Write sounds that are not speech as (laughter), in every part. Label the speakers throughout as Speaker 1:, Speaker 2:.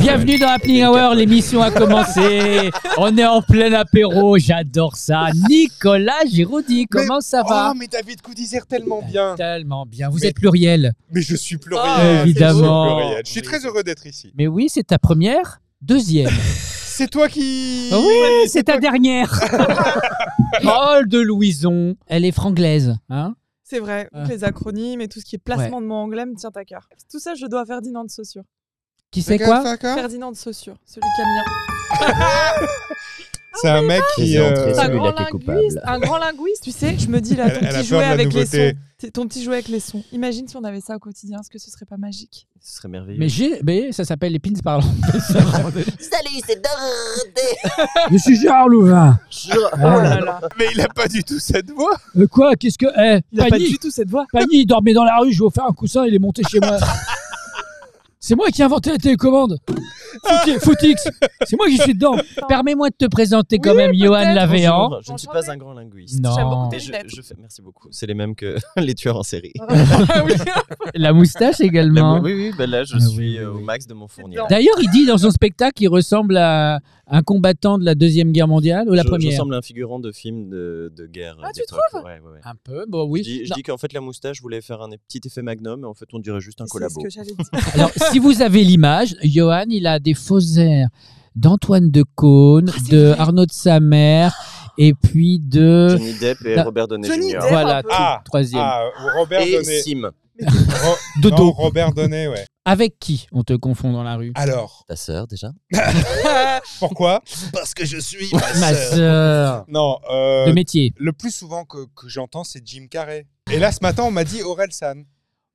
Speaker 1: Bienvenue dans Happy Hour, l'émission a commencé. On est en plein apéro, j'adore ça. Nicolas Giraudy, comment ça va
Speaker 2: Oh, mais David Coudizère, tellement bien.
Speaker 1: Tellement bien, vous
Speaker 2: Mais-
Speaker 1: êtes pluriel.
Speaker 2: Mais je suis pluriel.
Speaker 1: Ah, évidemment.
Speaker 2: Je suis, pluriel. Je suis très heureux d'être ici.
Speaker 1: Mais oui, c'est ta première Deuxième.
Speaker 2: C'est toi qui.
Speaker 1: Ah Oui, c'est ta
Speaker 3: (laughs)
Speaker 1: dernière. Parole de Louison, elle est franglaise. Hein
Speaker 3: C'est vrai,
Speaker 1: Ah.
Speaker 3: donc les acronymes et tout ce qui est placement de mots anglais me tient à cœur. Tout ça, je dois à Ferdinand de Saussure.
Speaker 1: Qui c'est quoi
Speaker 2: D'accord.
Speaker 3: Ferdinand de Saussure, celui qui a mis un-
Speaker 2: C'est un mec qui.
Speaker 4: Les entrées,
Speaker 2: euh,
Speaker 3: un,
Speaker 4: ça Celui-là
Speaker 3: grand
Speaker 4: qui est coupable.
Speaker 3: linguiste, un grand linguiste, tu sais, je me dis là,
Speaker 2: Elle-
Speaker 3: ton
Speaker 2: elle a peur
Speaker 3: petit
Speaker 2: de
Speaker 3: jouet
Speaker 2: la
Speaker 3: avec les
Speaker 2: nouveauté.
Speaker 3: sons. T- Ton petit jouet avec les sons. Imagine si on avait ça au quotidien, est-ce que ce serait pas magique
Speaker 4: Ce serait merveilleux.
Speaker 1: mais, j'ai- mais ça s'appelle les pins parlants.
Speaker 5: Salut, c'est Dorothée.
Speaker 1: (laughs) Je suis Gérard Louvain.
Speaker 3: Oh
Speaker 1: Ah.
Speaker 3: là là,
Speaker 2: Mais il a pas du tout cette voix.
Speaker 1: Euh, Quoi Qu'est-ce que. Eh,
Speaker 3: il a pas
Speaker 1: Pagny,
Speaker 3: du tout cette voix.
Speaker 1: Pagny, il dormait dans la rue, je lui ai offert un coussin, il est monté chez moi. C'est moi qui ai inventé la télécommande. Fouti- Footix, c'est moi qui suis dedans. Permets-moi de te présenter quand
Speaker 3: Oui,
Speaker 1: même Johan
Speaker 3: peut-être.
Speaker 1: Lavéant.
Speaker 4: Bonjour, je ne suis pas un grand linguiste.
Speaker 3: J'aime
Speaker 1: Non,
Speaker 3: beaucoup.
Speaker 4: Mais je, je fais, merci beaucoup. C'est les mêmes que (laughs) les tueurs en série.
Speaker 3: Ah oui.
Speaker 1: la moustache également.
Speaker 4: Mais oui, oui, ben là, je
Speaker 1: Ah oui,
Speaker 4: suis
Speaker 1: oui,
Speaker 4: euh,
Speaker 1: oui.
Speaker 4: au max de mon fournier.
Speaker 3: dedans.
Speaker 1: D'ailleurs, il dit dans son spectacle qu'il ressemble à un combattant de la Deuxième Guerre mondiale ou la
Speaker 4: je,
Speaker 1: Première
Speaker 4: Je ressemble à un figurant de film de, de guerre.
Speaker 3: Ah, tu
Speaker 4: d'époque. ouais, ouais, ouais.
Speaker 1: Un peu, bon
Speaker 4: Je
Speaker 1: oui.
Speaker 4: dis, je
Speaker 1: Non,
Speaker 4: dis qu'en fait, la moustache voulait faire un petit effet magnum, et en fait, on dirait juste un
Speaker 3: C'est ce
Speaker 4: collabo.
Speaker 3: que j'allais dire.
Speaker 1: Alors, si vous avez l'image, Johan, il a des faux airs d'Antoine de Caunes, de Arnaud de Samer, et puis de...
Speaker 4: Johnny Depp et
Speaker 1: la-
Speaker 4: Robert Downey
Speaker 3: Johnny
Speaker 4: Jr.
Speaker 3: Depp,
Speaker 1: Voilà,
Speaker 3: un peu.
Speaker 1: tout,
Speaker 2: Ah,
Speaker 1: troisième.
Speaker 2: Ah, Robert
Speaker 4: Et
Speaker 2: Donnet.
Speaker 4: Sim,
Speaker 2: Ro-
Speaker 1: Dodo.
Speaker 2: non, Robert Donnet, ouais.
Speaker 1: Avec qui on te confond dans la rue
Speaker 2: Alors,
Speaker 4: ta sœur déjà.
Speaker 2: pourquoi
Speaker 6: Parce que je suis
Speaker 1: Ah, Ma sœur
Speaker 2: Non. euh,
Speaker 1: de métier.
Speaker 2: le plus souvent que, que j'entends, c'est Jim Carrey. Et là, ce matin, on m'a dit Aurel San.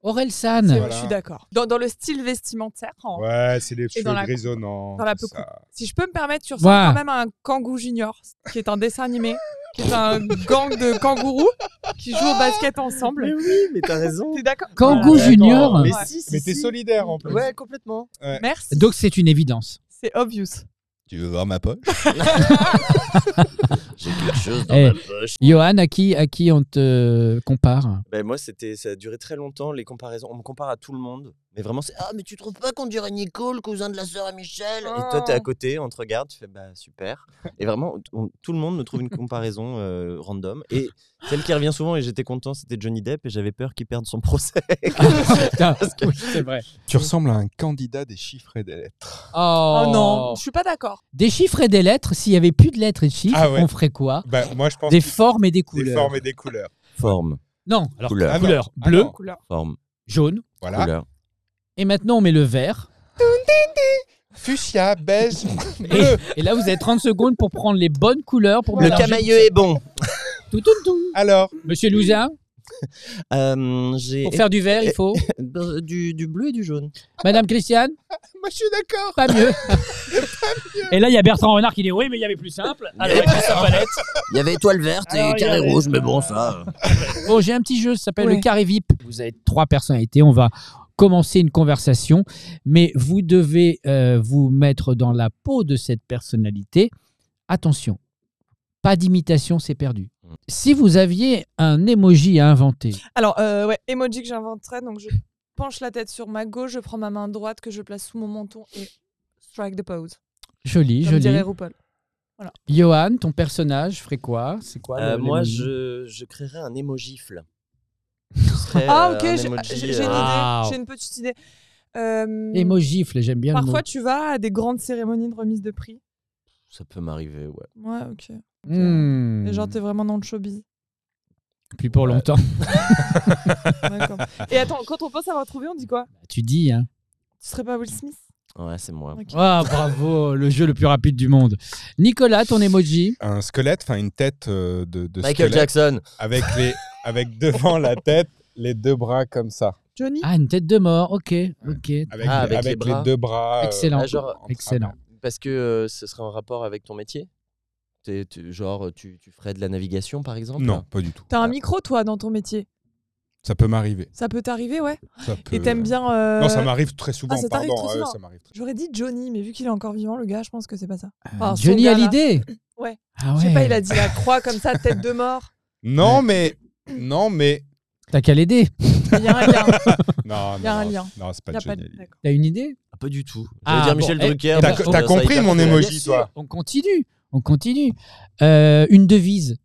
Speaker 1: Aurel
Speaker 3: C'est-
Speaker 1: San.
Speaker 2: Voilà.
Speaker 3: Je suis d'accord. Dans, dans le style vestimentaire, en-
Speaker 2: Ouais, c'est les
Speaker 3: Et dans
Speaker 2: cheveux
Speaker 3: la-
Speaker 2: grisonnants.
Speaker 3: dans la
Speaker 2: tout
Speaker 3: peau
Speaker 2: ça.
Speaker 3: Si je peux me permettre, tu
Speaker 1: Ouais.
Speaker 3: ressembles quand même à un Kangoo Junior, qui est un dessin animé, qui est un gang de kangourous qui jouent au basket ensemble.
Speaker 4: oui, mais
Speaker 3: (laughs)
Speaker 4: t'as raison.
Speaker 3: T'es d'accord
Speaker 1: Kangoo
Speaker 2: Ouais,
Speaker 1: Junior
Speaker 2: attends, Mais
Speaker 3: Ouais.
Speaker 4: si, si,
Speaker 2: Mais t'es
Speaker 4: si.
Speaker 2: solidaire en plus.
Speaker 4: Ouais, complètement.
Speaker 3: Merci.
Speaker 1: Donc c'est une évidence.
Speaker 3: c'est obvious.
Speaker 6: Tu veux voir ma poche
Speaker 4: J'ai quelque chose
Speaker 1: Eh, Johan, à qui, à qui on te
Speaker 2: (laughs)
Speaker 1: compare
Speaker 4: Ben moi, c'était, ça a duré très longtemps les comparaisons. On me compare à tout le monde, mais vraiment, c'est.
Speaker 5: Ah, mais tu trouves pas qu'on dirait Nico, le cousin de la sœur à Michel
Speaker 4: Et toi, t'es à côté, on te regarde, tu fais bah super. Et vraiment, t- on- tout le monde me trouve une comparaison euh, random. Et celle qui revient souvent, et j'étais content, c'était Johnny Depp, et j'avais peur qu'il perde son procès.
Speaker 1: Putain, oui, c'est vrai.
Speaker 2: Tu ressembles à un candidat des chiffres et des lettres.
Speaker 1: (laughs) Oh,
Speaker 3: Oh, non, je suis pas d'accord.
Speaker 1: Des chiffres et des lettres, s'il n'y avait plus de lettres et de chiffres,
Speaker 2: Ah ouais.
Speaker 1: on ferait quoi
Speaker 2: (laughs) Bah, moi, je pense
Speaker 1: Des
Speaker 2: que-
Speaker 1: formes et des
Speaker 2: des
Speaker 1: couleurs.
Speaker 2: formes et des couleurs.
Speaker 4: (laughs) Forme,
Speaker 1: Non, alors
Speaker 4: couleur,
Speaker 2: Ah non.
Speaker 1: couleur
Speaker 2: Ah
Speaker 1: bleu,
Speaker 2: non.
Speaker 3: Couleur.
Speaker 4: forme,
Speaker 1: jaune.
Speaker 2: Voilà.
Speaker 4: couleur.
Speaker 1: Et maintenant, on met le vert.
Speaker 2: Fuchsia, beige,
Speaker 1: Et,
Speaker 2: bleu.
Speaker 1: et là, vous avez 30 secondes pour prendre les bonnes couleurs pour
Speaker 4: Le
Speaker 1: mélanger tout
Speaker 4: camailleux
Speaker 1: ça.
Speaker 4: est bon.
Speaker 1: Tout, tout, tout.
Speaker 2: Alors,
Speaker 1: Monsieur Louza,
Speaker 4: Euh, j'ai (laughs)
Speaker 1: pour faire du vert, il faut.
Speaker 4: euh, du, du bleu et du jaune.
Speaker 1: Madame Christiane,
Speaker 2: Ah, moi, je suis d'accord.
Speaker 1: pas
Speaker 2: (laughs)
Speaker 1: mieux. Et là, il y a Bertrand Renard qui dit oui, mais il y avait plus simple. Alors, il prend sa palette.
Speaker 5: Il y avait étoile verte
Speaker 1: Alors, il y avait-
Speaker 4: euh.
Speaker 5: ça.
Speaker 1: Bon, Oh, j'ai un petit jeu, ça s'appelle le
Speaker 3: Ouais.
Speaker 1: carré VIP. Vous avez trois personnalités, on va commencer une conversation, mais vous devez euh, vous mettre dans la peau de cette personnalité. Attention, pas d'imitation, c'est perdu. Si vous aviez un emoji à inventer,
Speaker 3: Alors, euh, ouais, emoji que j'inventerais, donc je penche la tête sur ma gauche, je prends ma main droite que je place sous mon menton et strike the pose.
Speaker 1: joli,
Speaker 3: Comme dirait
Speaker 1: joli.
Speaker 3: RuPaul.
Speaker 1: Johan, ton personnage ferait quoi C'est quoi le-
Speaker 4: Euh, moi,
Speaker 1: l'emoji
Speaker 4: je, je créerais un émogifle. Ce serait,
Speaker 3: Ah,
Speaker 4: euh,
Speaker 3: ok,
Speaker 4: un
Speaker 3: j'ai j'ai-
Speaker 4: emoji,
Speaker 3: j'ai une
Speaker 4: euh,
Speaker 3: idée.
Speaker 1: Wow.
Speaker 3: J'ai une petite idée. Euh,
Speaker 1: Émogifle, j'aime bien
Speaker 3: parfois, tu vas à des grandes cérémonies de remise de prix.
Speaker 4: Ça peut m'arriver, ouais.
Speaker 3: Ouais, ok.
Speaker 1: le mot. Hmm.
Speaker 3: Et genre, t'es vraiment dans le showbiz.
Speaker 1: Plus pour longtemps.
Speaker 3: D'accord. Et attends, quand on pense avoir trouvé, on dit quoi
Speaker 1: Tu dis, hein.
Speaker 3: Tu serais pas Will Smith
Speaker 4: Ouais, c'est moi.
Speaker 3: Ok.
Speaker 1: Ah, bravo, le jeu le plus rapide du monde. Nicolas, ton emoji
Speaker 2: (laughs) Un squelette, enfin une tête euh, de, de
Speaker 4: Michael
Speaker 2: squelette,
Speaker 4: Jackson.
Speaker 2: avec les, avec devant la tête les deux bras comme ça,
Speaker 3: Johnny
Speaker 1: Ah, une tête de mort, ok, ok.
Speaker 2: avec,
Speaker 4: Ah,
Speaker 2: les,
Speaker 4: avec les
Speaker 2: avec les,
Speaker 4: bras.
Speaker 2: deux bras. euh,
Speaker 1: Excellent.
Speaker 4: Ah, genre-
Speaker 1: Excellent.
Speaker 4: Parce que euh, ce serait en rapport avec ton métier T'es- tu- Genre, tu, tu ferais de la navigation, par exemple
Speaker 2: Non, pas du tout.
Speaker 3: T'as un micro, toi, dans ton métier.
Speaker 2: Ça peut m'arriver.
Speaker 3: Ça peut t'arriver, ouais.
Speaker 2: Ça peut-
Speaker 3: Et t'aimes bien. euh,
Speaker 2: Non, ça m'arrive très souvent.
Speaker 3: ça t'arrive
Speaker 2: pardon,
Speaker 3: très
Speaker 2: euh,
Speaker 3: souvent.
Speaker 2: ça m'arrive. très-
Speaker 3: J'aurais dit Johnny, mais vu qu'il est encore vivant, le gars, je pense que c'est pas ça. Ah, son
Speaker 1: Euh, Johnny
Speaker 3: gars, là.
Speaker 1: Hallyday
Speaker 3: Ouais.
Speaker 1: Ah
Speaker 3: Je
Speaker 1: ouais.
Speaker 3: sais pas, il a dit la croix comme ça, tête de mort.
Speaker 2: Non, mais non, mais
Speaker 1: T'as qu'à l'aider.
Speaker 3: Il y a un lien.
Speaker 2: Non,
Speaker 3: Il y a
Speaker 2: non,
Speaker 3: un
Speaker 2: non,
Speaker 3: lien.
Speaker 2: Non, c'est pas
Speaker 3: Il y a
Speaker 2: de
Speaker 3: pas de-
Speaker 2: génial.
Speaker 3: d'accord.
Speaker 1: T'as une idée
Speaker 4: Ah, pas du tout. J'allais
Speaker 1: Ah,
Speaker 4: dire
Speaker 1: bon,
Speaker 4: Michel
Speaker 1: eh,
Speaker 4: Drucker.
Speaker 1: t'as-
Speaker 4: mais ça,
Speaker 2: t'as
Speaker 4: ça y est,
Speaker 2: compris
Speaker 4: pas
Speaker 2: mon
Speaker 4: très bien.
Speaker 2: emoji.
Speaker 1: Bien
Speaker 2: toi.
Speaker 1: sûr, On continue, on continue. Euh, une devise.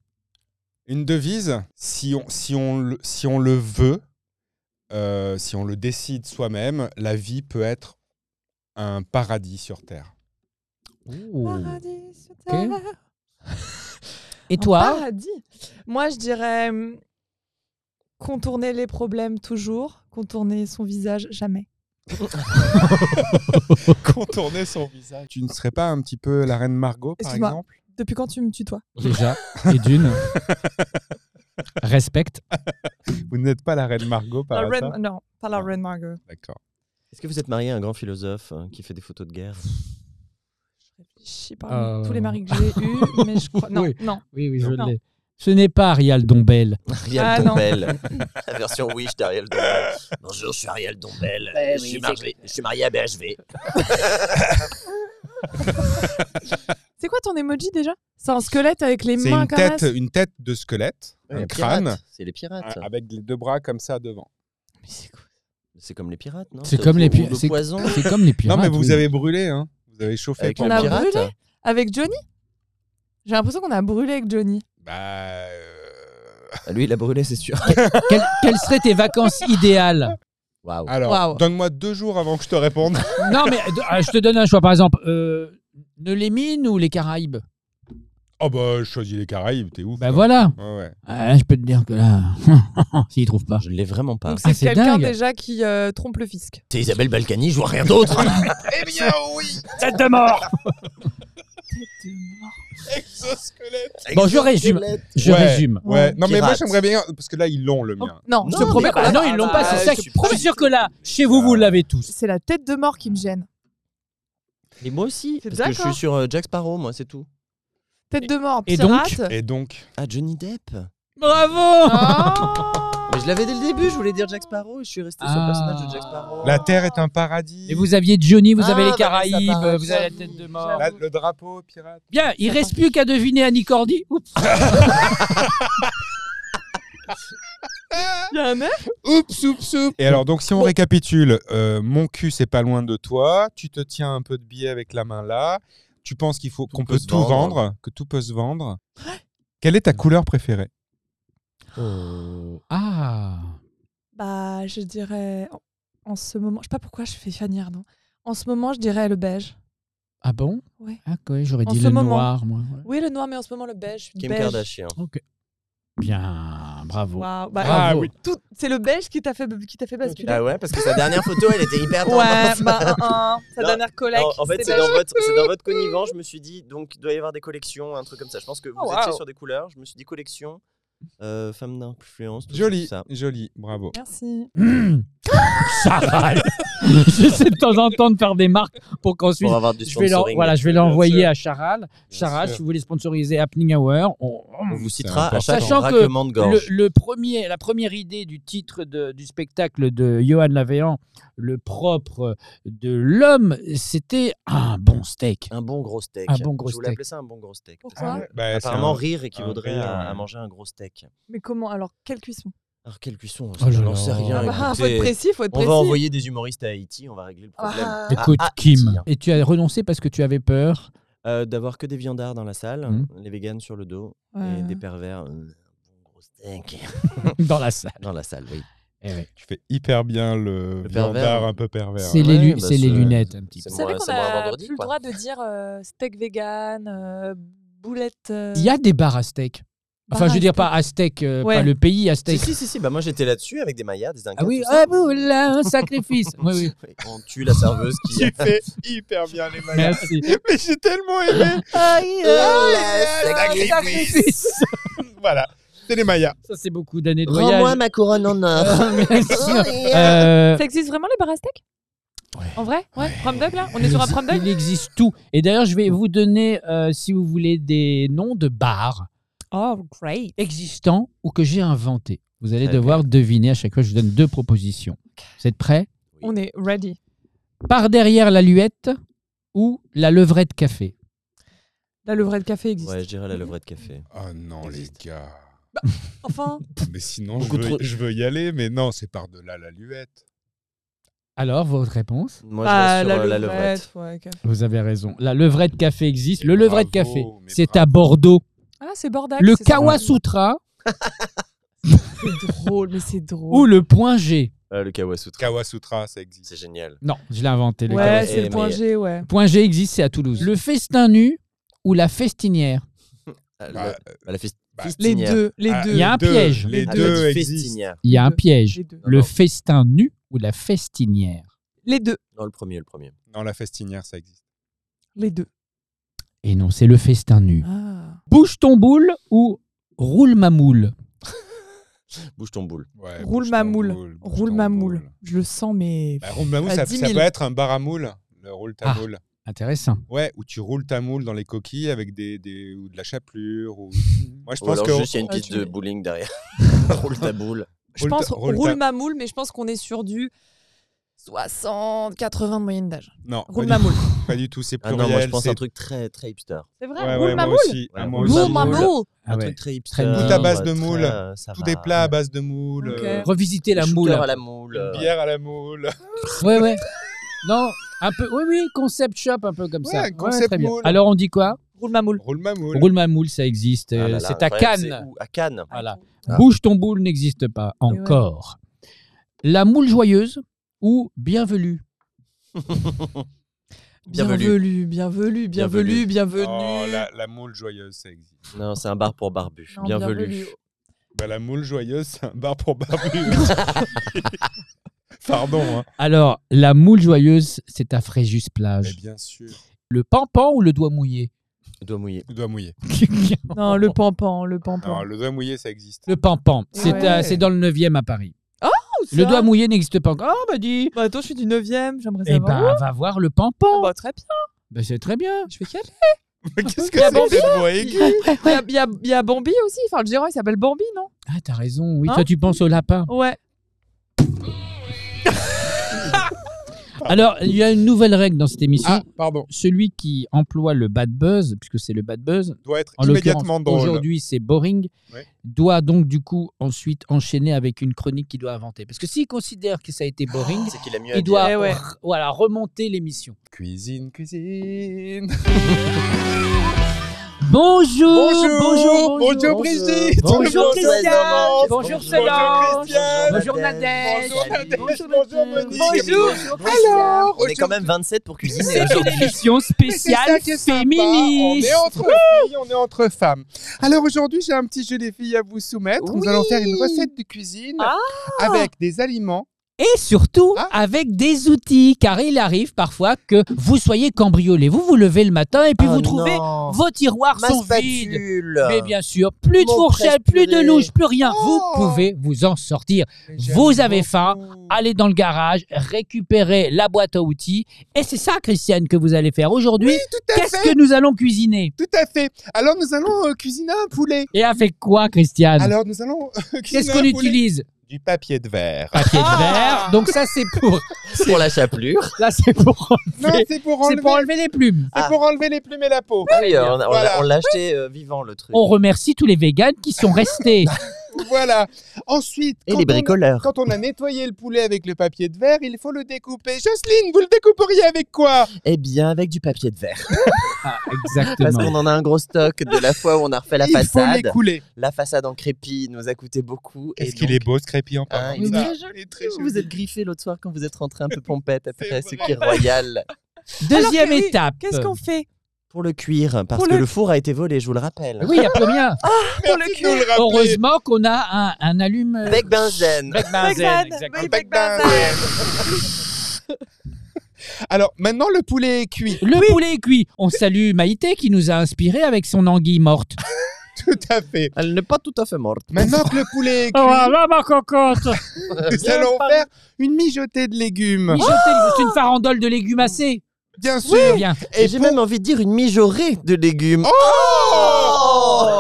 Speaker 2: Une devise, si on, si on, le- si on le veut, euh, si on le décide soi-même, la vie peut être un paradis sur Terre.
Speaker 3: Paradis sur terre.
Speaker 1: Et
Speaker 3: Un
Speaker 1: toi
Speaker 3: paradis. Moi, je dirais hum, contourner les problèmes toujours, contourner son visage jamais.
Speaker 2: Contourner son visage. Tu ne serais pas un petit peu la reine Margot, par
Speaker 3: Excuse-moi.
Speaker 2: exemple
Speaker 3: Depuis quand tu me tutoies
Speaker 1: Déjà, et d'une. Respecte.
Speaker 2: Vous n'êtes pas la reine Margot, par
Speaker 3: La
Speaker 2: hasard
Speaker 3: reine- Non, pas la
Speaker 2: Ah.
Speaker 3: reine Margot.
Speaker 2: D'accord.
Speaker 4: Est-ce que vous êtes marié à un grand philosophe euh, qui fait des photos de
Speaker 5: (laughs)
Speaker 4: guerre
Speaker 3: Je sais pas,
Speaker 1: Euh.
Speaker 3: tous les maris que j'ai eus, mais je crois. Non,
Speaker 1: Oui.
Speaker 3: non.
Speaker 1: Oui, oui, je
Speaker 3: Non.
Speaker 1: l'ai. Ce n'est pas Ariel Dombel.
Speaker 4: Ariel
Speaker 3: Ah, non.
Speaker 5: (laughs)
Speaker 4: Dombel. La version Wish d'Ariel Dombel.
Speaker 5: Bonjour, je suis Ariel Dombel.
Speaker 3: Ouais,
Speaker 5: je,
Speaker 3: oui, c'est
Speaker 5: suis marié, je suis marié à BHV.
Speaker 3: C'est quoi ton emoji déjà C'est un squelette avec les
Speaker 2: C'est
Speaker 3: mains
Speaker 2: une
Speaker 3: comme ça
Speaker 2: tête, une tête de squelette, un
Speaker 4: Les
Speaker 2: crâne,
Speaker 4: pirates, C'est les pirates.
Speaker 5: Ah,
Speaker 2: un- avec les deux bras comme ça devant.
Speaker 3: Mais c'est quoi
Speaker 4: C'est comme les pirates, non
Speaker 1: C'est comme les
Speaker 4: au- au-
Speaker 1: pirates,
Speaker 4: au
Speaker 1: c'est-
Speaker 4: poison
Speaker 1: C'est comme les pirates.
Speaker 2: non, mais vous
Speaker 1: oui.
Speaker 2: avez brûlé, hein Vous avez chauffé.
Speaker 4: avec
Speaker 2: ton
Speaker 3: On
Speaker 4: les
Speaker 3: a
Speaker 2: bras.
Speaker 3: brûlé
Speaker 4: pirates.
Speaker 3: Avec Johnny J'ai l'impression qu'on a brûlé avec Johnny.
Speaker 2: Bah. euh,
Speaker 4: Ah, Lui, il a brûlé, c'est sûr.
Speaker 1: Quelles, quelles seraient tes vacances idéales
Speaker 4: Waouh.
Speaker 2: Alors,
Speaker 3: Waouh.
Speaker 2: donne-moi deux jours avant que je te réponde.
Speaker 1: Non, mais de- ah, je te donne un choix. Par exemple, euh, ne les mines ou les Caraïbes
Speaker 2: oh, bah, je choisis les Caraïbes, t'es ouf.
Speaker 1: Ben
Speaker 2: toi.
Speaker 1: voilà.
Speaker 2: Ouais, ouais.
Speaker 1: Ah, je peux te dire que là, (laughs) s'ils trouvent pas.
Speaker 4: Je l'ai vraiment pas.
Speaker 3: Donc
Speaker 1: Ah,
Speaker 3: c'est
Speaker 1: c'est
Speaker 3: quelqu'un
Speaker 1: dingue.
Speaker 3: déjà qui euh, trompe le fisc.
Speaker 5: C'est Isabelle Balkany, je vois rien d'autre.
Speaker 6: Eh bien oui
Speaker 1: Tête de mort
Speaker 6: Exosquelette
Speaker 1: Bon, je résume. Je
Speaker 2: Ouais.
Speaker 1: résume.
Speaker 2: Ouais, non, mais moi
Speaker 4: Pirate.
Speaker 2: j'aimerais bien. Parce que là, ils l'ont le mien.
Speaker 3: Oh, Non,
Speaker 1: Je te promets.
Speaker 3: mais-
Speaker 1: Ah non, ils l'ont
Speaker 3: Ah
Speaker 1: pas,
Speaker 3: bah,
Speaker 1: c'est ça.
Speaker 3: je
Speaker 1: Je
Speaker 3: te
Speaker 1: suis sûr que là, chez vous, vous l'avez tous.
Speaker 3: C'est la tête de mort qui me gêne.
Speaker 4: Et moi aussi.
Speaker 3: C'est
Speaker 4: Parce que je
Speaker 3: d'accord.
Speaker 4: suis sur euh, Jack Sparrow, moi, c'est tout.
Speaker 3: Tête de mort,
Speaker 1: Et
Speaker 3: pirate.
Speaker 2: Et donc.
Speaker 4: Ah, Johnny Depp Mais
Speaker 1: Bravo
Speaker 3: Oh
Speaker 4: je l'avais dès le début, je voulais dire Jack Sparrow et je suis resté sur
Speaker 1: Ah.
Speaker 4: le personnage de Jack Sparrow.
Speaker 2: La terre est un paradis.
Speaker 1: Et vous aviez Johnny, vous
Speaker 5: Ah,
Speaker 1: avez les
Speaker 5: bah, ça
Speaker 1: Caraïbes,
Speaker 5: paraît,
Speaker 1: vous avez la
Speaker 5: j'avoue,
Speaker 1: tête de mort.
Speaker 2: Là, le drapeau pirate.
Speaker 1: Bien, il reste plus qu'à deviner Annie Cordy. Oups.
Speaker 3: Il y a un œuf
Speaker 2: Oups, oups, oups. Et alors, donc, si on récapitule, euh, mon cul, c'est pas loin de toi. Tu te tiens un peu de billet avec la main là. Tu penses qu'il faut qu'on
Speaker 4: peut
Speaker 2: peut
Speaker 4: se
Speaker 2: tout
Speaker 4: vendre.
Speaker 2: vendre, que tout peut se vendre. Quelle est ta couleur préférée
Speaker 4: Euh,
Speaker 1: Ah,
Speaker 3: Bah, je dirais en- en ce moment, je sais pas pourquoi je fais Fanny Ardant. En ce moment, je dirais le beige.
Speaker 1: ah bon
Speaker 3: Ouais.
Speaker 1: Ah ouais, j'aurais
Speaker 3: En
Speaker 1: dit
Speaker 3: ce
Speaker 1: le
Speaker 3: moment.
Speaker 1: noir, moi. Ouais.
Speaker 3: Oui, le noir, mais en ce moment le beige. je suis
Speaker 4: Kim
Speaker 3: beige.
Speaker 4: Kardashian.
Speaker 1: Ok. Bien, bravo.
Speaker 3: Waouh, bah,
Speaker 1: Bravo.
Speaker 2: Ah oui.
Speaker 3: tout- c'est le beige qui t'a fait qui t'a fait basculer.
Speaker 4: Ah ouais, parce que sa dernière photo, elle était hyper
Speaker 3: ouais,
Speaker 4: tendance.
Speaker 3: bah un, un, sa
Speaker 4: Non,
Speaker 3: dernière collègue.
Speaker 4: Non, en fait, c'est dans, votre, c'est dans votre connivence. Je me suis dit, donc, il doit y avoir des collections, un truc comme ça. Je pense que vous
Speaker 3: Oh,
Speaker 4: étiez
Speaker 3: wow.
Speaker 4: sur des couleurs. Je me suis dit collection, euh, femme d'influence. tout ça,
Speaker 2: Joli,
Speaker 4: tout ça.
Speaker 2: joli, bravo.
Speaker 3: Merci.
Speaker 1: Ça va. (laughs) J'essaie de temps en temps de faire des marques pour qu'ensuite.
Speaker 4: Pour avoir du
Speaker 1: Je vais, l'en-
Speaker 4: sponsoring.
Speaker 1: voilà, je vais
Speaker 2: Bien
Speaker 1: l'envoyer
Speaker 2: sûr.
Speaker 1: à Charal.
Speaker 2: Bien
Speaker 1: Charal,
Speaker 2: sûr.
Speaker 1: si vous voulez sponsoriser Happening Hour, on-
Speaker 4: On vous citera
Speaker 2: C'est
Speaker 4: à chaque
Speaker 1: important. Sachant que
Speaker 4: raclement de
Speaker 1: le,
Speaker 4: gorge.
Speaker 1: le premier, la première idée du titre de- du spectacle de Johan Lavéan, le propre de l'homme, c'était un bon steak.
Speaker 4: Un bon gros steak.
Speaker 1: Un bon gros
Speaker 4: Je voulais
Speaker 1: steak.
Speaker 4: appeler ça un bon gros steak. parce que
Speaker 3: Pourquoi
Speaker 2: Bah, c'est
Speaker 4: Apparemment,
Speaker 2: un-
Speaker 4: rire équivaudrait
Speaker 2: un rire,
Speaker 4: à, à
Speaker 2: ouais.
Speaker 4: manger un gros steak.
Speaker 3: Mais comment alors quelle cuisson
Speaker 4: Alors, quelle cuisson
Speaker 1: Oh là
Speaker 4: Je
Speaker 1: là.
Speaker 4: n'en sais rien.
Speaker 1: Ah
Speaker 3: bah, faut
Speaker 4: écoutez.
Speaker 3: être précis, faut être
Speaker 4: on
Speaker 3: précis.
Speaker 4: va envoyer des humoristes à Haïti, on va régler le problème.
Speaker 3: Ah.
Speaker 4: Ah,
Speaker 1: Écoute,
Speaker 4: ah,
Speaker 1: Kim.
Speaker 4: Haïti, hein.
Speaker 1: Et tu as renoncé parce que tu avais peur. (laughs)
Speaker 4: Euh, D'avoir que des viandards dans la salle,
Speaker 1: Mhm.
Speaker 4: les véganes sur le dos
Speaker 3: Ouais.
Speaker 4: et des pervers. euh, un bon gros steak. (laughs)
Speaker 1: dans la salle.
Speaker 4: Dans la salle, Eh oui.
Speaker 2: Tu fais hyper bien le,
Speaker 4: Le pervers.
Speaker 2: viandard un peu pervers.
Speaker 1: (laughs) C'est les,
Speaker 4: Ouais,
Speaker 1: lu-
Speaker 4: bah,
Speaker 1: c'est les
Speaker 4: c'est-
Speaker 1: lunettes un petit peu.
Speaker 4: c'est
Speaker 3: Vous savez
Speaker 4: moi-
Speaker 3: qu'on
Speaker 4: c'est moi
Speaker 3: a
Speaker 4: vendredi,
Speaker 3: plus le
Speaker 4: quoi.
Speaker 3: droit de dire euh, steak vegan, euh, boulette. euh,
Speaker 1: Il y a des bars à steak. Enfin, je veux dire pas à steak, euh,
Speaker 3: Ouais.
Speaker 1: pas le pays à
Speaker 4: Si,
Speaker 1: steak.
Speaker 4: si, si, si, Bah, moi j'étais là-dessus avec des maillards, des incas.
Speaker 1: Ah oui,
Speaker 4: tout ça.
Speaker 1: ah vous, là, un sacrifice. (laughs) Oui, oui.
Speaker 4: Oui, On tue la serveuse qui.
Speaker 2: Tu
Speaker 4: (laughs)
Speaker 2: fais hyper bien (laughs) les malades.
Speaker 1: Merci.
Speaker 2: Mais j'ai tellement aimé.
Speaker 1: Euh,
Speaker 3: euh,
Speaker 5: Oh, Rends-moi
Speaker 1: Sacrifice.
Speaker 2: voilà, c'est les Mayas.
Speaker 1: Ça, c'est beaucoup d'années de (laughs) voyage.
Speaker 5: ma couronne en or.
Speaker 1: (laughs) Bien sûr. Euh,
Speaker 3: Ça existe vraiment les bars à steak
Speaker 4: Ouais.
Speaker 3: En vrai Ouais. Prom dog là On est
Speaker 1: (laughs)
Speaker 3: sur un prom dog
Speaker 1: Il existe tout. Et d'ailleurs, je vais vous donner, euh, si vous voulez, des noms de bars
Speaker 3: Oh, great.
Speaker 1: existants ou que j'ai inventés. Vous allez
Speaker 4: Très
Speaker 1: devoir deviner à chaque fois. Je vous donne deux propositions. Vous êtes prêts
Speaker 3: On est ready.
Speaker 1: Par derrière la luette ou la levrette café
Speaker 3: La levrette café existe.
Speaker 4: Ouais, je dirais la levrette café.
Speaker 2: Oh non, les gars.
Speaker 3: Enfin,
Speaker 2: Mais sinon, je
Speaker 4: Beaucoup
Speaker 2: veux,
Speaker 4: trop-
Speaker 2: je veux y aller, mais non, c'est par-delà la luette.
Speaker 1: Alors, votre réponse
Speaker 4: Moi,
Speaker 1: Ah,
Speaker 3: Bah,
Speaker 4: je reste sur euh, la levrette.
Speaker 3: ouais, ok.
Speaker 1: Vous avez raison. La levrette café existe. Le levrette
Speaker 2: Bravo,
Speaker 1: café,
Speaker 2: mais
Speaker 1: c'est
Speaker 2: bravo.
Speaker 1: à Bordeaux.
Speaker 3: Ah, c'est Bordac.
Speaker 1: Le
Speaker 3: c'est ça.
Speaker 1: Kawasutra
Speaker 3: (laughs) C'est drôle, mais c'est
Speaker 1: ou
Speaker 3: drôle.
Speaker 1: le point G.
Speaker 4: Euh, le Kawasutra.
Speaker 2: Kawasutra, ça existe.
Speaker 4: C'est génial.
Speaker 1: Non, je l'ai inventé. Le
Speaker 3: ouais,
Speaker 1: Kawas-
Speaker 3: c'est
Speaker 4: Eh,
Speaker 3: le point
Speaker 4: mais-
Speaker 3: G, ouais.
Speaker 1: Point G existe, c'est à Toulouse. Le festin nu ou la festinière.
Speaker 4: Ah, le-
Speaker 2: Bah,
Speaker 4: ah, la fest-
Speaker 2: bah,
Speaker 3: Les
Speaker 4: festinière.
Speaker 3: deux, les
Speaker 2: Ah,
Speaker 3: deux.
Speaker 1: Il y a un
Speaker 2: deux,
Speaker 1: piège.
Speaker 2: Les
Speaker 4: Ah,
Speaker 3: Les
Speaker 4: t'as
Speaker 2: deux
Speaker 4: dit
Speaker 2: existent.
Speaker 4: festinière.
Speaker 1: Il y a un
Speaker 3: deux.
Speaker 1: piège.
Speaker 3: Les deux.
Speaker 1: Le
Speaker 4: Non.
Speaker 1: festin nu ou la festinière.
Speaker 3: Les deux.
Speaker 4: Non, le premier, le premier.
Speaker 2: Non, la festinière, ça existe.
Speaker 3: Les deux.
Speaker 1: Et non, c'est le festin nu.
Speaker 3: Ah.
Speaker 1: Bouge ton boule ou roule ma moule.
Speaker 4: Bouge ton boule.
Speaker 2: Ouais,
Speaker 3: Roule
Speaker 2: bouge
Speaker 3: ma
Speaker 2: ton
Speaker 3: moule.
Speaker 2: boule, bouge
Speaker 3: Roule
Speaker 2: ton
Speaker 3: ma
Speaker 2: boule.
Speaker 3: moule. Je le sens, mais.
Speaker 2: Bah, roule ma moule,
Speaker 3: À
Speaker 2: ça,
Speaker 3: 10
Speaker 2: ça
Speaker 3: 000.
Speaker 2: peut être un bar à moule. Le roule ta
Speaker 1: Ah.
Speaker 2: moule.
Speaker 1: Intéressant.
Speaker 2: Ouais, où tu roules ta moule dans les coquilles avec des, des- ou de la chapelure. Ou... Moi, je
Speaker 4: Ou
Speaker 2: pense
Speaker 4: alors
Speaker 2: que.
Speaker 4: juste, il y a une
Speaker 3: Ah,
Speaker 4: piste
Speaker 3: tu
Speaker 4: de
Speaker 3: mets-
Speaker 2: (laughs)
Speaker 4: bowling derrière. (laughs) Roule ta boule.
Speaker 3: Je
Speaker 2: roule ta-
Speaker 3: pense
Speaker 2: roule ta-
Speaker 3: roule ma moule, mais je pense qu'on est sur du 60, 80 de moyenne d'âge.
Speaker 2: Non, pas
Speaker 3: Roule
Speaker 2: du-
Speaker 3: ma moule.
Speaker 2: pas du tout, c'est
Speaker 4: Ah
Speaker 2: pluriel.
Speaker 4: non, moi, je pense
Speaker 2: c'est-
Speaker 4: à un truc très, très hipster.
Speaker 3: C'est vrai,
Speaker 2: Ouais,
Speaker 3: roule
Speaker 2: ouais,
Speaker 3: ma
Speaker 2: moi
Speaker 3: moule.
Speaker 2: aussi.
Speaker 4: Ouais,
Speaker 2: Ah, moi
Speaker 4: roule
Speaker 2: aussi.
Speaker 3: Roule ma
Speaker 4: Roule.
Speaker 3: moule.
Speaker 1: Ah
Speaker 4: un
Speaker 1: ouais.
Speaker 4: truc très hipster.
Speaker 1: Très bien.
Speaker 2: Tout à base de
Speaker 4: très,
Speaker 2: moule.
Speaker 4: euh, ça
Speaker 2: Tous
Speaker 4: va.
Speaker 2: des plats à base de moule.
Speaker 3: Ok.
Speaker 2: euh,
Speaker 1: Revisiter la
Speaker 4: Shooter
Speaker 1: moule.
Speaker 4: à la moule.
Speaker 2: une
Speaker 4: euh,
Speaker 2: bière à la moule.
Speaker 1: Ouais, ouais. Non, un peu. Oui, oui, concept shop, un peu comme
Speaker 2: Ouais,
Speaker 1: ça.
Speaker 2: concept
Speaker 1: très bien.
Speaker 2: moule.
Speaker 1: Alors, on dit quoi
Speaker 3: Roule ma moule.
Speaker 2: Roule ma moule.
Speaker 1: Roule ma moule, ça existe.
Speaker 4: ah là
Speaker 1: euh,
Speaker 4: là,
Speaker 1: c'est à
Speaker 4: incroyable,
Speaker 1: Cannes.
Speaker 4: c'est où À Cannes.
Speaker 1: Voilà.
Speaker 4: Ah.
Speaker 1: Bouge ton boule n'existe pas
Speaker 3: ouais.
Speaker 1: encore. La moule joyeuse ou bienvenue
Speaker 4: Bienvenue.
Speaker 3: Bienvenue, bienvenue, bienvenue,
Speaker 4: Bienvenue.
Speaker 3: bienvenue.
Speaker 2: Oh, la, la moule joyeuse, ça existe.
Speaker 4: Non, c'est un bar pour barbus.
Speaker 3: Non,
Speaker 4: Bienvenue.
Speaker 2: Bah, la moule joyeuse, c'est un bar pour barbus. (laughs) Pardon. Hein.
Speaker 1: Alors, la moule joyeuse, c'est à Fréjus
Speaker 2: Mais
Speaker 3: Bah,
Speaker 1: plage.
Speaker 2: bien sûr.
Speaker 1: Le pampan ou le doigt
Speaker 3: (laughs)
Speaker 1: mouillé
Speaker 4: Doigt mouillé.
Speaker 2: Le doigt mouillé.
Speaker 3: Non, le pampan, le pampan.
Speaker 2: Alors, le doigt mouillé, ça existe.
Speaker 1: Le pampan, c'est
Speaker 3: Ouais.
Speaker 1: à- c'est dans le 9e à Paris.
Speaker 3: Oh,
Speaker 1: Le
Speaker 3: ça.
Speaker 1: doigt mouillé n'existe pas encore. Ah, bah dis
Speaker 3: Bah, attends, je suis du 9 e j'aimerais
Speaker 1: Eh
Speaker 3: savoir.
Speaker 1: ben, va voir le
Speaker 3: Ah
Speaker 1: pampan.
Speaker 3: bah, très bien,
Speaker 1: Ben, c'est très bien.
Speaker 3: je fais quel
Speaker 2: (laughs) Mais Qu'est-ce que
Speaker 3: Il y a
Speaker 2: c'est que
Speaker 3: Bambi.
Speaker 2: cette voix aiguë
Speaker 3: Il y a- il y, a- il y a Bambi aussi, enfin le gérant il s'appelle Bambi, non
Speaker 1: Ah, t'as raison. Oui,
Speaker 3: Hein
Speaker 1: toi, tu penses au
Speaker 3: (laughs)
Speaker 1: lapin.
Speaker 3: Ouais.
Speaker 1: Alors, il y a une nouvelle règle dans cette émission.
Speaker 2: Ah, pardon.
Speaker 1: Celui qui emploie le bad buzz, puisque c'est le bad buzz,
Speaker 2: Doit être
Speaker 1: en
Speaker 2: immédiatement
Speaker 1: l'occurrence
Speaker 2: drôle.
Speaker 1: aujourd'hui c'est boring,
Speaker 2: Ouais.
Speaker 1: doit donc du coup ensuite enchaîner avec une chronique qu'il doit inventer. Parce que s'il considère que ça a été boring,
Speaker 4: Ah, C'est qu'il a mieux à
Speaker 1: il
Speaker 4: dire.
Speaker 1: doit
Speaker 3: Eh ouais.
Speaker 1: r- voilà, remonter l'émission.
Speaker 2: Cuisine, cuisine.
Speaker 1: Bonjour
Speaker 2: Bonjour, bonjour, Brigitte.
Speaker 1: Bonjour,
Speaker 2: Christiane.
Speaker 1: Christiane. Bonjour,
Speaker 2: Bonjour
Speaker 1: Solange.
Speaker 2: Christiane.
Speaker 1: Bonjour
Speaker 4: Nadège.
Speaker 1: Nadège
Speaker 2: Bonjour Nadège.
Speaker 1: Bonjour,
Speaker 2: Bonjour Monique.
Speaker 1: Nadège. Bonjour Christiane.
Speaker 4: On est quand même 27 pour cuisiner hein.
Speaker 1: C'est une
Speaker 4: aujourd'hui.
Speaker 1: émission spéciale
Speaker 2: On
Speaker 1: féministe
Speaker 2: est entre filles, on est entre femmes. Alors aujourd'hui, j'ai un petit jeu des filles à vous soumettre. Nous
Speaker 3: Oui.
Speaker 2: allons faire une recette de cuisine
Speaker 3: Ah.
Speaker 2: avec des aliments.
Speaker 1: et surtout
Speaker 2: Ah.
Speaker 1: avec des outils, car il arrive parfois que vous soyez cambriolé. Vous vous levez le matin et puis vous trouvez vos tiroirs
Speaker 4: Ma
Speaker 1: sont vides.
Speaker 4: spatule.
Speaker 1: Mais bien sûr, plus de
Speaker 4: Mon
Speaker 1: fourchette, plus
Speaker 4: presse-purée.
Speaker 1: de louche, plus rien.
Speaker 2: Oh.
Speaker 1: Vous pouvez vous en sortir. Vous avez faim. Ah, Allez dans le garage, récupérez la boîte à outils. Et c'est ça, Christiane, que vous allez faire aujourd'hui.
Speaker 2: Tout à
Speaker 1: Qu'est-ce
Speaker 2: fait,
Speaker 1: que nous allons cuisiner
Speaker 2: tout à fait. Alors nous allons euh, cuisiner un poulet.
Speaker 1: Et avec quoi, Christiane
Speaker 2: Alors nous allons euh, cuisiner
Speaker 1: Qu'est-ce qu'on
Speaker 2: un poulet.
Speaker 1: utilise
Speaker 2: Du papier de verre.
Speaker 1: Papier de verre. Donc ça, c'est pour,
Speaker 4: pour la chapelure.
Speaker 1: là, c'est pour,
Speaker 2: Non,
Speaker 1: Mais
Speaker 2: c'est pour
Speaker 1: c'est
Speaker 2: enlever,
Speaker 1: pour enlever les plumes.
Speaker 2: c'est pour enlever les plumes et la
Speaker 1: (laughs)
Speaker 2: peau.
Speaker 4: Ah oui, on, on l'a-
Speaker 2: Voilà.
Speaker 4: on l'a acheté euh, vivant le truc.
Speaker 1: On remercie tous les véganes qui sont restés.
Speaker 2: Voilà. Ensuite,
Speaker 4: Et
Speaker 2: quand
Speaker 4: les
Speaker 2: on-
Speaker 4: bricoleurs.
Speaker 2: Quand on a nettoyé le poulet avec le papier de verre, il faut le découper. Jocelyne, vous le découperiez avec quoi
Speaker 4: Eh bien, avec du papier de verre.
Speaker 1: Ah,
Speaker 4: Parce
Speaker 1: exactement.
Speaker 4: qu'on en a un gros stock de la fois où on a refait la
Speaker 2: Il faut
Speaker 4: façade.
Speaker 2: l'écouler.
Speaker 4: La façade en crépi nous a coûté beaucoup. et
Speaker 2: Est-ce qu'il
Speaker 4: donc,
Speaker 2: est beau ce crépi en
Speaker 4: Ah,
Speaker 2: parlant
Speaker 4: il
Speaker 2: de
Speaker 4: est
Speaker 2: ça
Speaker 4: très
Speaker 2: Il est très
Speaker 4: Vous
Speaker 2: joli.
Speaker 4: vous êtes griffé l'autre soir quand vous êtes
Speaker 2: (laughs)
Speaker 4: rentré un peu pompette après
Speaker 2: C'est
Speaker 4: ce qui est royal.
Speaker 1: Deuxième
Speaker 3: Alors que oui,
Speaker 1: étape.
Speaker 3: Qu'est-ce qu'on fait
Speaker 4: Pour le cuir, parce
Speaker 3: Pour
Speaker 4: que
Speaker 3: le-
Speaker 4: le... four a été volé, je vous le rappelle.
Speaker 1: Oui, il n'y a plus rien.
Speaker 3: Pour le
Speaker 2: Merci
Speaker 3: cul.
Speaker 2: de nous le rappeler.
Speaker 1: Heureusement qu'on a un, un allume.
Speaker 4: Avec benzène.
Speaker 1: Bec
Speaker 3: Benzène, oui,
Speaker 2: Bec
Speaker 3: Bec Benzène.
Speaker 2: Alors, maintenant, le poulet est cuit. (laughs)
Speaker 1: Le poulet est cuit. On salue Maïté qui nous a inspiré avec son anguille morte.
Speaker 2: Tout à fait.
Speaker 4: Elle n'est pas tout à fait morte. (laughs)
Speaker 2: Maintenant que le poulet est cuit,
Speaker 1: Oh ma cocotte
Speaker 2: nous allons faire une mijotée de légumes.
Speaker 1: C'est une farandole de légumacées.
Speaker 2: Bien sûr.
Speaker 1: C'est bien.
Speaker 4: Et
Speaker 2: Et
Speaker 4: j'ai
Speaker 2: pour-
Speaker 4: même envie de dire une mijaurée de légumes.
Speaker 2: Oh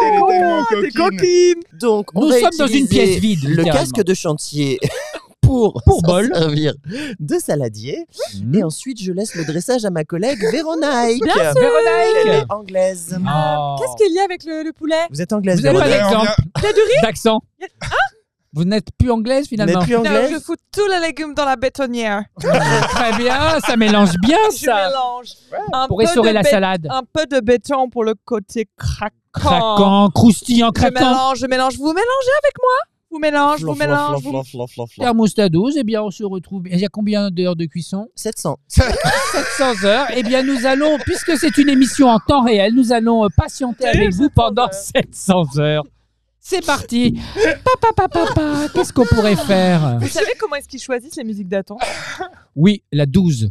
Speaker 2: Elle est tellement
Speaker 3: T'es
Speaker 2: coquine.
Speaker 3: coquine
Speaker 4: Donc, on
Speaker 1: Nous
Speaker 4: va
Speaker 1: sommes dans une
Speaker 4: utiliser
Speaker 1: pièce vide,
Speaker 4: Le
Speaker 1: littéralement.
Speaker 4: casque de chantier (laughs) pour,
Speaker 1: Pour
Speaker 4: s'en
Speaker 1: bol. Mmh.
Speaker 4: servir de saladier. Et ensuite, je laisse le dressage à ma collègue Véronique.
Speaker 1: Bien sûr,
Speaker 4: Elle
Speaker 1: Véronique.
Speaker 4: est anglaise.
Speaker 1: Oh.
Speaker 3: Qu'est-ce qu'il y a avec le, le poulet
Speaker 4: Vous êtes anglaise,
Speaker 1: Vous avez pas
Speaker 4: Véronique
Speaker 2: Allez, on
Speaker 1: d'exemple
Speaker 3: Ah.
Speaker 2: vient-
Speaker 1: d'accent Vous n'êtes plus anglaise finalement.
Speaker 4: n'est plus
Speaker 3: Non, je
Speaker 4: anglaise
Speaker 3: fous tous les légumes dans la bétonnière.
Speaker 1: Très bien, ça mélange bien
Speaker 3: (laughs) Je
Speaker 1: ça.
Speaker 3: mélange. Un
Speaker 1: Pour
Speaker 3: peu
Speaker 1: essorer
Speaker 3: de Ah.
Speaker 1: la
Speaker 3: bé-
Speaker 1: salade.
Speaker 3: Un peu de béton pour le côté craquant.
Speaker 1: Craquant, croustillant,
Speaker 3: Je
Speaker 1: craquant.
Speaker 3: mélange, je mélange. Vous mélangez avec moi Vous mélange, vous
Speaker 4: Flan, flan,
Speaker 3: mélange.
Speaker 4: flan,
Speaker 3: vous-
Speaker 4: flan, flan, flan.
Speaker 1: Thermostat à 12, eh bien on se retrouve. Il y a combien d'heures de cuisson
Speaker 5: 700.
Speaker 1: 700 heures. Eh bien nous allons, puisque c'est une émission en temps réel, nous allons euh, patienter avec vous pendant 700 heures. C'est parti. Papa, papa, papa, qu'est-ce qu'on pourrait faire
Speaker 3: Vous savez comment est-ce qu'ils choisissent les musiques d'Aton
Speaker 1: Oui, la 12.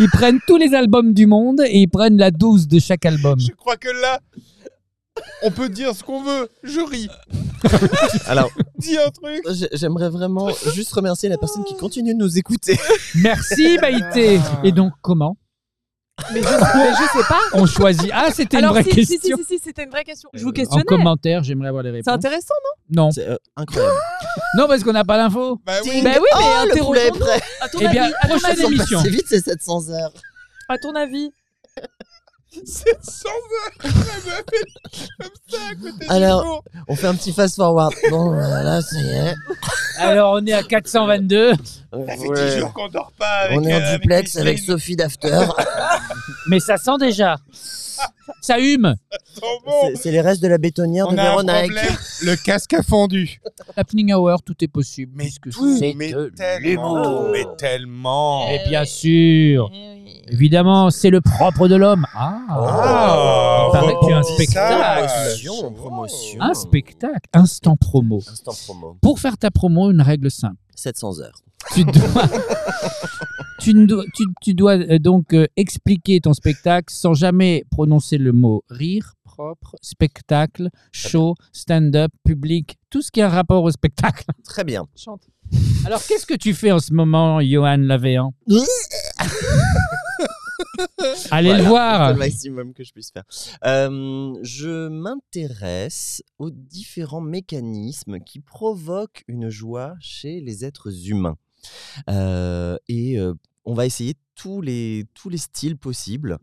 Speaker 1: ils prennent tous les albums du monde et ils prennent la 12 de chaque album.
Speaker 2: Je crois que là, on peut dire ce qu'on veut. Je ris.
Speaker 4: Alors,
Speaker 2: Dis un truc.
Speaker 4: j'ai- j'aimerais
Speaker 2: (laughs)
Speaker 4: vraiment juste remercier la personne qui continue de nous écouter.
Speaker 1: Merci Maïté.
Speaker 2: Ah.
Speaker 1: Et donc comment
Speaker 3: mais, je, mais je sais pas.
Speaker 1: On choisit. Ah, c'était une
Speaker 3: Alors
Speaker 1: vraie
Speaker 3: si, si, si,
Speaker 1: question. Euh,
Speaker 3: si, si, c'était une vraie question. Je vous
Speaker 1: En
Speaker 3: questionnais.
Speaker 1: commentaire, j'aimerais avoir les
Speaker 3: C'est
Speaker 1: réponses.
Speaker 3: intéressant.
Speaker 1: Non,
Speaker 4: C'est euh, incroyable.
Speaker 1: non parce qu'on n'a pas l'info.
Speaker 2: Bah oui.
Speaker 3: Ben oui, mais
Speaker 5: oh, le poulet est
Speaker 3: interrogeons-nous.
Speaker 5: prêt.
Speaker 3: À ton
Speaker 1: Eh bien,
Speaker 3: avis, à ton
Speaker 1: prochaine
Speaker 3: avis,
Speaker 1: émission.
Speaker 5: C'est vite, c'est 700 heures.
Speaker 3: à ton avis,
Speaker 2: C'est sans heures. comme ça à côté du
Speaker 5: Alors-
Speaker 2: four.
Speaker 5: On fait un petit fast forward. Bon, là, ça y est.
Speaker 1: Alors on est à 422,
Speaker 2: Ça fait
Speaker 5: Ouais.
Speaker 2: 10 jours qu'on dort pas avec
Speaker 5: On est
Speaker 2: euh,
Speaker 5: en duplex
Speaker 2: avec
Speaker 5: avec
Speaker 2: Micheline.
Speaker 5: Sophie d'After.
Speaker 1: mais ça sent déjà. Ça hume.
Speaker 2: Sans bon.
Speaker 5: C'est- C'est les restes de la bétonnière
Speaker 2: Oh. On
Speaker 5: de
Speaker 2: a un
Speaker 5: Véronèque.
Speaker 2: problème. Le casque a fondu.
Speaker 1: Happening hour, tout est possible.
Speaker 2: Mais
Speaker 1: puisque
Speaker 2: tout,
Speaker 1: c'est
Speaker 2: mais
Speaker 1: de
Speaker 2: tellement,
Speaker 5: Oh.
Speaker 1: l'humour.
Speaker 2: mais tellement.
Speaker 1: Et bien sûr, évidemment, c'est le propre de l'homme.
Speaker 4: Oh.
Speaker 1: Ah,
Speaker 2: Ah,
Speaker 1: Ça paraît qu'il y a un
Speaker 2: rebondissage.
Speaker 1: spectacle.
Speaker 4: Promotion, promotion.
Speaker 1: un spectacle, instant promo.
Speaker 4: Instant promo.
Speaker 1: Pour faire ta promo, une règle simple.
Speaker 5: 700 heures.
Speaker 1: Tu dois, (laughs) tu ne dois, tu, tu dois euh, donc euh, expliquer ton spectacle sans jamais prononcer le mot rire, propre, spectacle, show, stand-up, public, tout ce qui a un rapport au spectacle.
Speaker 4: Très bien.
Speaker 3: chante.
Speaker 1: Alors, qu'est-ce que tu fais en ce moment, Johan
Speaker 2: (laughs)
Speaker 1: Lavéan Allez
Speaker 4: Voilà,
Speaker 1: le
Speaker 4: C'est
Speaker 1: voir
Speaker 4: le maximum que je puisse faire. Euh, je m'intéresse aux différents mécanismes qui provoquent une joie chez les êtres humains. Euh, et euh, on va essayer tous les, tous les styles possibles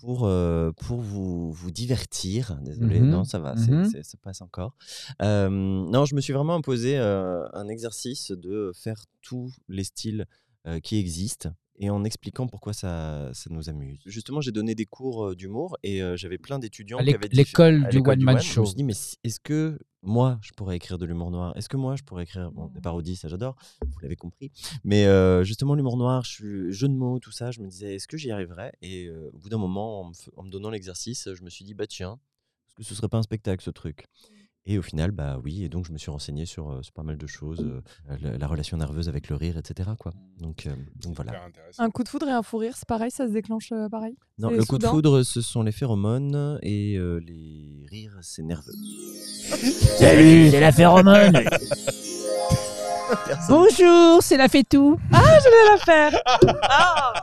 Speaker 4: pour, euh, pour vous, vous divertir. Désolé,
Speaker 1: Mhm.
Speaker 4: non, ça va, c'est-
Speaker 1: Mhm.
Speaker 4: c'est- ça passe encore. Euh, non, je me suis vraiment imposé euh, un exercice de faire tous les styles euh, qui existent et en expliquant pourquoi ça, ça nous amuse. Justement, j'ai donné des cours euh, d'humour et euh, j'avais plein d'étudiants
Speaker 1: À
Speaker 4: qui
Speaker 1: l'éc-
Speaker 4: avaient diffé-
Speaker 1: l'école
Speaker 4: à
Speaker 1: du
Speaker 4: l'école
Speaker 1: One Man
Speaker 4: Je me
Speaker 1: Show.
Speaker 4: suis dit, mais si- est-ce que moi, je pourrais écrire de l'humour noir Est-ce que moi, je pourrais écrire bon, des
Speaker 1: Mmh.
Speaker 4: parodies Ça, j'adore, vous l'avez compris. Mais euh, justement, l'humour noir, je suis jeu de mots, tout ça, je me disais, est-ce que j'y arriverais Et euh, au bout d'un moment, en me, f- en me donnant l'exercice, je me suis dit, bah tiens, est-ce que ce serait pas un spectacle, ce truc et au final, bah oui, et donc je me suis renseigné sur, euh, sur pas mal de choses,
Speaker 1: Mmh.
Speaker 4: euh, la, la relation nerveuse avec le rire, etc. Quoi. Donc, euh, donc voilà.
Speaker 2: Super intéressant.
Speaker 3: Un coup de foudre et un fou rire, c'est pareil, ça se déclenche euh, pareil.
Speaker 4: Non,
Speaker 3: C'est
Speaker 4: le coup de
Speaker 3: soudain.
Speaker 4: foudre, ce sont les phéromones et euh, les rires, c'est nerveux.
Speaker 1: Salut, c'est la phéromone
Speaker 4: Personne.
Speaker 1: Bonjour, c'est la Fétou
Speaker 3: Quelle affaire Ah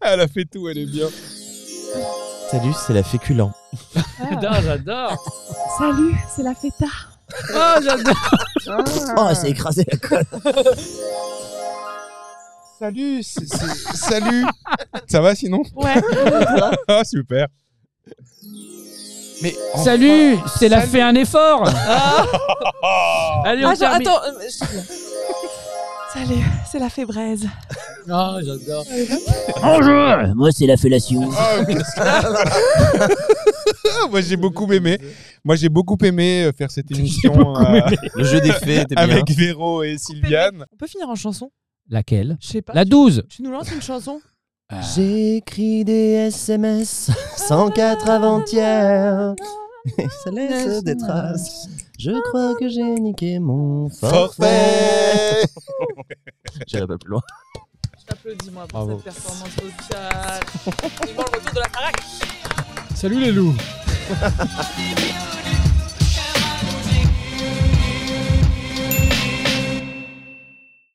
Speaker 2: Elle a fait tout, elle est bien.
Speaker 4: Salut, c'est la féculent.
Speaker 1: J'adore, j'adore
Speaker 3: Salut, c'est la feta.
Speaker 1: Oh, j'adore
Speaker 5: Oh, c'est écrasé la colle.
Speaker 2: Salut, c'est- c'est- salut. Ça va sinon (laughs)
Speaker 3: Ouais.
Speaker 2: Ah super. Mais enfin-
Speaker 1: Salut, c'est la
Speaker 2: Salut.
Speaker 1: fait un
Speaker 2: (laughs)
Speaker 1: effort
Speaker 2: Oh,
Speaker 1: Allez, on
Speaker 3: Ah, je-
Speaker 1: termine.
Speaker 3: attends. euh, je- (laughs) Salut, c'est la fébraise.
Speaker 1: Oh, j'adore
Speaker 5: Bonjour Moi, c'est la fellation.
Speaker 2: oh, qu'est-ce que- Moi j'ai beaucoup aimé. Moi j'ai beaucoup aimé euh, faire cette émission euh,
Speaker 4: Le jeu des fées était bien.
Speaker 2: avec Véro et Sylviane.
Speaker 3: On peut finir en chanson
Speaker 1: Laquelle
Speaker 3: Je sais pas.
Speaker 1: La 12
Speaker 3: Tu nous lances une chanson
Speaker 4: J'écris des (laughs) SMS 104 avant-hier. Et Ça laisse des traces. Je crois que j'ai niqué mon forfait. J'irai pas plus loin.
Speaker 3: Je t'applaudis, moi, pour
Speaker 1: Bravo.
Speaker 3: cette performance vocale. Vivement le retour de la carac
Speaker 1: Salut les loups